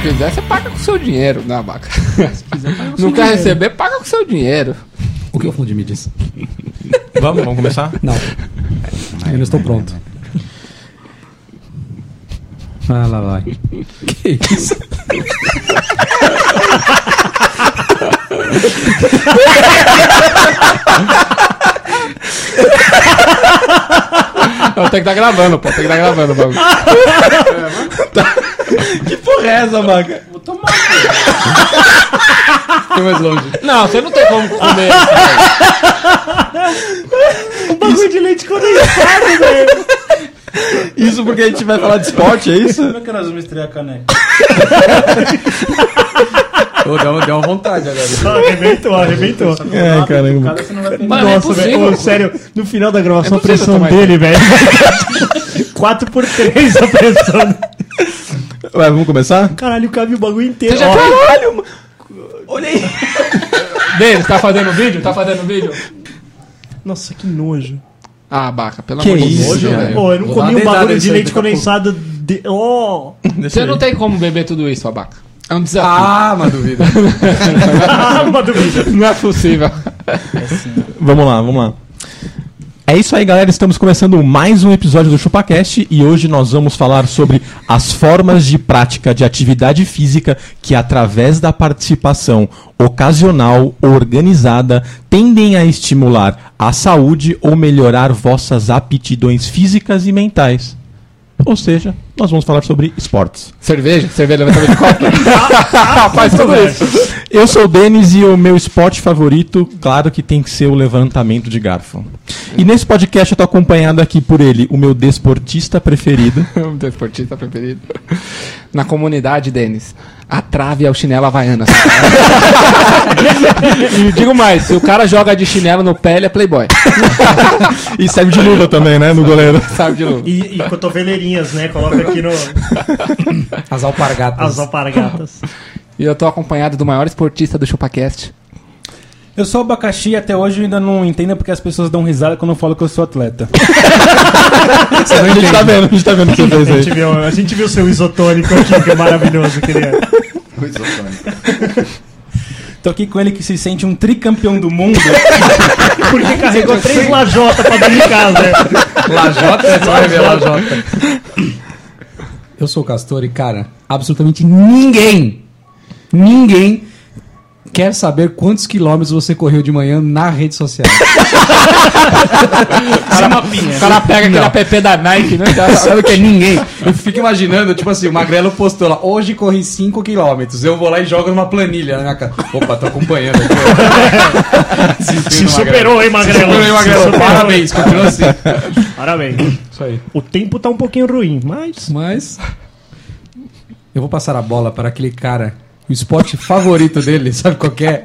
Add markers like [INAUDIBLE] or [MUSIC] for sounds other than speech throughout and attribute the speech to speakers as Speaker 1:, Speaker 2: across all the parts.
Speaker 1: quiser, você paga com seu dinheiro, né, Abaca? Não quer receber, paga com seu dinheiro.
Speaker 2: O que o fundo de mídias?
Speaker 3: Vamos, vamos começar?
Speaker 2: Não. Eu não estou pronto. Vai lá, vai. Que isso?
Speaker 1: Não, tem que estar gravando, pô. Tem que estar gravando o bagulho.
Speaker 2: Que porra é essa, vaca?
Speaker 1: Tem mais longe. Não, você não tem como comer. isso.
Speaker 4: Bagulho de leite condensado, velho.
Speaker 2: Isso porque a gente vai falar de esporte, é isso?
Speaker 4: Como é que nós vamos estrear a caneca?
Speaker 2: Ô, deu, uma- deu uma vontade agora.
Speaker 4: Ah, arrebentou, arrebentou.
Speaker 2: É, caramba.
Speaker 4: Cara, você não vai ter
Speaker 1: Mano, é
Speaker 4: Nossa, velho.
Speaker 1: impossível,
Speaker 4: Ô,
Speaker 1: pô.
Speaker 4: Sério, no final da gravação,
Speaker 1: É
Speaker 4: a
Speaker 1: impossível
Speaker 4: pressão
Speaker 1: tomar
Speaker 4: dele, velho. [LAUGHS] 4 por 3 a pressão.
Speaker 2: Vai, vamos começar?
Speaker 4: Caralho, cabe o bagulho inteiro.
Speaker 1: Você já tá
Speaker 4: Ó,
Speaker 1: caralho, mano.
Speaker 2: Olha aí.
Speaker 1: Denis, tá fazendo vídeo? Tá fazendo vídeo?
Speaker 4: Nossa, que nojo.
Speaker 1: Ah, Abaca, pelo
Speaker 2: Que
Speaker 1: amor de
Speaker 2: isso,
Speaker 1: Deus,
Speaker 2: cara.
Speaker 1: velho.
Speaker 4: Pô, eu não
Speaker 2: vou
Speaker 4: comi
Speaker 2: dar
Speaker 4: um
Speaker 2: dedada
Speaker 4: bagulho
Speaker 2: nisso
Speaker 4: de
Speaker 2: aí
Speaker 4: leite
Speaker 2: daqui a pouco.
Speaker 4: condensado de... [LAUGHS] Oh.
Speaker 1: Você não tem como beber tudo isso, Abaca. É um desafio.
Speaker 2: Ah, uma dúvida.
Speaker 4: Ah, uma dúvida.
Speaker 1: Não é possível.
Speaker 3: Vamos lá, vamos lá. É isso aí, galera. Estamos começando mais um episódio do ChupaCast e hoje nós vamos falar sobre as formas de prática de atividade física que, através da participação ocasional organizada, tendem a estimular a saúde ou melhorar vossas aptidões físicas e mentais. Ou seja, nós vamos falar sobre esportes.
Speaker 1: [LAUGHS] Cerveja? Cerveja levantamento de [LAUGHS] copo? Faz tudo isso.
Speaker 3: Eu sou o Denis e o meu esporte favorito, claro que tem que ser o levantamento de garfo. E nesse podcast eu tô acompanhado aqui por ele, o meu desportista preferido.
Speaker 1: [LAUGHS] O teu esportista preferido. Na comunidade, Denis, a trave é o chinelo havaiana. [LAUGHS] e digo mais, se o cara joga de chinelo no pé, ele é playboy.
Speaker 3: E serve de luva também, né, no [LAUGHS] goleiro.
Speaker 1: Sabe de novo.
Speaker 4: E, e cotoveleirinhas, né? Coloca aqui no...
Speaker 2: As alpargatas.
Speaker 4: As alpargatas.
Speaker 1: E eu tô acompanhado do maior esportista do ChupaCast.
Speaker 5: Eu sou abacaxi e até hoje eu ainda não entendo porque as pessoas dão risada quando eu falo que eu sou atleta.
Speaker 3: A gente tá vendo, a gente tá vendo o que você
Speaker 4: A
Speaker 3: fez
Speaker 4: gente
Speaker 3: aí.
Speaker 4: viu, a gente viu seu isotônico aqui, que é maravilhoso, queria.
Speaker 5: Tô aqui com ele que se sente um tricampeão do mundo.
Speaker 4: Porque carregou três lajotas pra dentro de casa. né?
Speaker 2: Lajota, você vai ver Lajota. Eu sou o Castor e, cara, absolutamente ninguém, ninguém quer saber quantos quilômetros você correu de manhã na rede social.
Speaker 1: O cara pega aquele app da Nike, né?
Speaker 2: [LAUGHS] Sabe o que é ninguém? Eu fico imaginando, tipo assim, o Magrelo postou lá, hoje corri 5 quilômetros, eu vou lá e jogo numa planilha na minha cara. Opa, tô acompanhando aqui. ó. [LAUGHS] Desempenho
Speaker 4: Se
Speaker 2: do Magrelo.
Speaker 4: superou, hein, Magrelo?
Speaker 2: [LAUGHS] Superou, hein, Magrelo?
Speaker 4: Se superou.
Speaker 2: Parabéns, continua assim.
Speaker 4: Parabéns.
Speaker 2: Isso aí.
Speaker 4: O tempo tá um pouquinho ruim, mas.
Speaker 2: Mas eu vou passar a bola para aquele cara. O esporte favorito dele, sabe qual que é?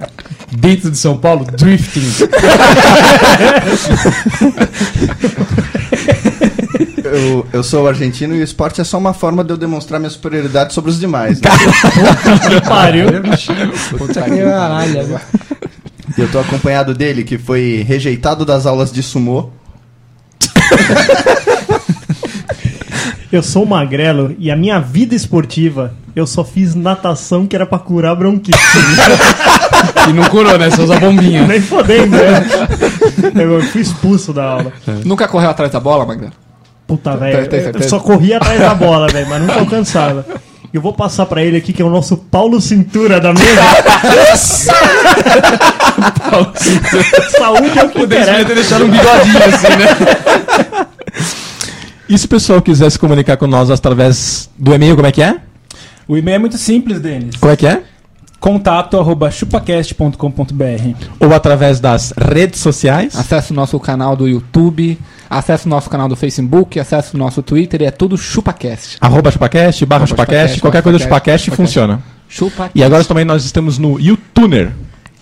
Speaker 2: Dentro de São Paulo, drifting.
Speaker 6: Eu, eu sou argentino e o esporte é só uma forma de eu demonstrar minha superioridade sobre os demais. Né?
Speaker 2: [LAUGHS]
Speaker 4: Que pariu.
Speaker 2: Caralho.
Speaker 6: E eu tô acompanhado dele, que foi rejeitado das aulas de sumô.
Speaker 4: Eu sou magrelo e a minha vida esportiva eu só fiz natação que era pra curar bronquite.
Speaker 2: E não curou, né? Só usa bombinha.
Speaker 4: Nem fodendo, né? Eu fui expulso da aula.
Speaker 1: Nunca correu atrás da bola, Magda?
Speaker 4: Puta,
Speaker 1: Tem- tem
Speaker 4: velho. Eu
Speaker 1: certeza?
Speaker 4: só corria atrás da bola, velho, mas nunca alcançava. E eu vou passar pra ele aqui, que é o nosso Paulo Cintura da mesa. Saúde é o que interessa.
Speaker 3: tá
Speaker 2: deixado um bigodinho assim, né?
Speaker 3: E se o pessoal quiser se comunicar com nós através do e-mail, como é que é?
Speaker 5: O e-mail é muito simples, Denis.
Speaker 3: Como é que é?
Speaker 5: Contato arroba chupacast.com.br.
Speaker 3: Ou através das redes sociais.
Speaker 1: Acesse o nosso canal do YouTube, acesse o nosso canal do Facebook, acesse o nosso Twitter, e é tudo ChupaCast.
Speaker 3: Arroba chupacast, barra
Speaker 1: Arroba
Speaker 3: chupacast,
Speaker 1: chupacast,
Speaker 3: qualquer coisa
Speaker 1: chupacast,
Speaker 3: chupacast
Speaker 1: chupacast.
Speaker 3: funciona.
Speaker 1: Chupa.
Speaker 3: E agora também nós estamos no YouTuner.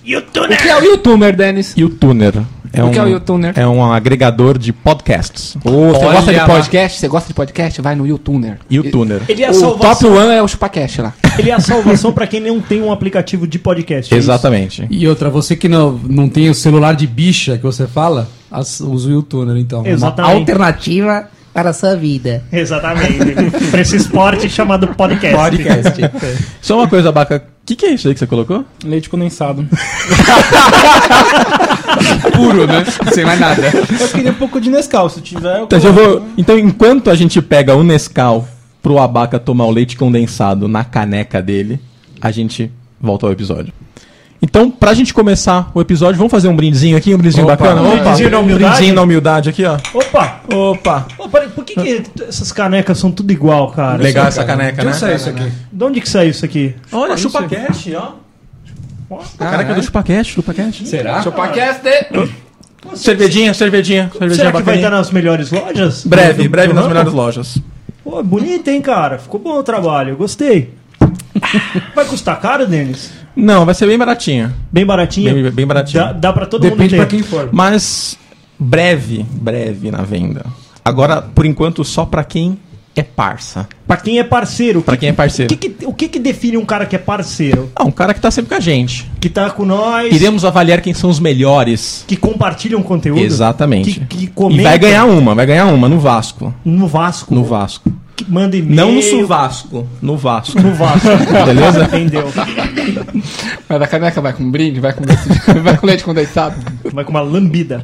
Speaker 1: é
Speaker 4: né?
Speaker 1: O que é o YouTuber, Denis?
Speaker 3: YouTuner.
Speaker 1: O que é o YouTuner?
Speaker 3: É um agregador de podcasts.
Speaker 1: Ô, Você
Speaker 2: Olha
Speaker 1: gosta de
Speaker 2: lá.
Speaker 1: podcast? Você gosta de podcast? Vai no YouTuner.
Speaker 3: YouTuner.
Speaker 4: Ele é a
Speaker 1: O top
Speaker 4: salvação,
Speaker 1: one é o ChupaCast lá.
Speaker 4: ele é a salvação pra quem não tem um aplicativo de podcast. é isso?
Speaker 3: Exatamente.
Speaker 2: E outra, você que não, não tem o celular de bicha que você fala, as- usa o YouTuner, então. É Uma
Speaker 4: Exatamente.
Speaker 2: alternativa
Speaker 7: para a sua vida.
Speaker 4: Exatamente. pra esse esporte chamado podcast.
Speaker 2: Podcast.
Speaker 3: Só uma coisa, Abaca. O que, que é isso aí que você colocou?
Speaker 5: Leite condensado.
Speaker 2: Puro, né? Sem mais nada.
Speaker 5: Eu queria um pouco de Nescau, se tiver. eu
Speaker 3: Tá, já
Speaker 5: coloco.
Speaker 3: vou- Então, enquanto a gente pega o Nescau pro Abaca tomar o leite condensado na caneca dele, a gente volta ao episódio. Então, pra gente começar o episódio, vamos fazer um brindezinho aqui, um brindezinho
Speaker 2: Opa,
Speaker 3: bacana?
Speaker 2: um
Speaker 4: brindezinho na
Speaker 3: um
Speaker 4: humildade?
Speaker 3: brindezinho na humildade aqui, ó.
Speaker 4: Opa!
Speaker 3: Opa!
Speaker 4: Ô, peraí, por que, que essas canecas são tudo igual, cara?
Speaker 3: Legal essa caneca, né?
Speaker 2: isso aqui?
Speaker 4: De onde que saiu isso aqui?
Speaker 3: Olha, chupaquete, ó. Caneca do chupaquete, chupaquete.
Speaker 2: Será?
Speaker 3: Cervejinha, cervejinha, cervejinha
Speaker 4: Será que vai
Speaker 3: bacaninha.
Speaker 4: estar nas melhores lojas?
Speaker 3: Breve, breve nas
Speaker 4: ramo?
Speaker 3: melhores lojas.
Speaker 4: Pô, bonito, hein, cara? Ficou bom o trabalho, gostei. Vai custar caro, Denis?
Speaker 3: Não, vai ser bem baratinha.
Speaker 4: Bem baratinho?
Speaker 3: Bem- bem baratinho.
Speaker 4: Dá, dá pra todo mundo
Speaker 2: Depende
Speaker 4: ter.
Speaker 2: pra quem for.
Speaker 3: Mas breve, breve na venda. Agora, por enquanto, só pra quem é parça.
Speaker 4: Pra quem é parceiro.
Speaker 3: Pra quem é
Speaker 4: O
Speaker 3: parceiro.
Speaker 4: que, que- o que que define um cara que é parceiro?
Speaker 3: Ah, um cara que tá sempre com a gente.
Speaker 4: Que tá com nós,
Speaker 3: Iremos avaliar quem são os melhores.
Speaker 4: que compartilha um conteúdo.
Speaker 3: Exatamente.
Speaker 4: Que, que comenta
Speaker 3: E vai ganhar uma, vai ganhar uma no Vasco.
Speaker 4: no Vasco.
Speaker 3: No Vasco.
Speaker 4: Que manda e-mail.
Speaker 3: Não no
Speaker 4: [LAUGHS]
Speaker 3: Suvasco, no Vasco.
Speaker 4: No Vasco.
Speaker 3: Beleza?
Speaker 4: Entendeu?
Speaker 1: [LAUGHS] Mas a caneca vai com brinde, vai com, vai com leite condensado.
Speaker 4: Vai com uma lambida.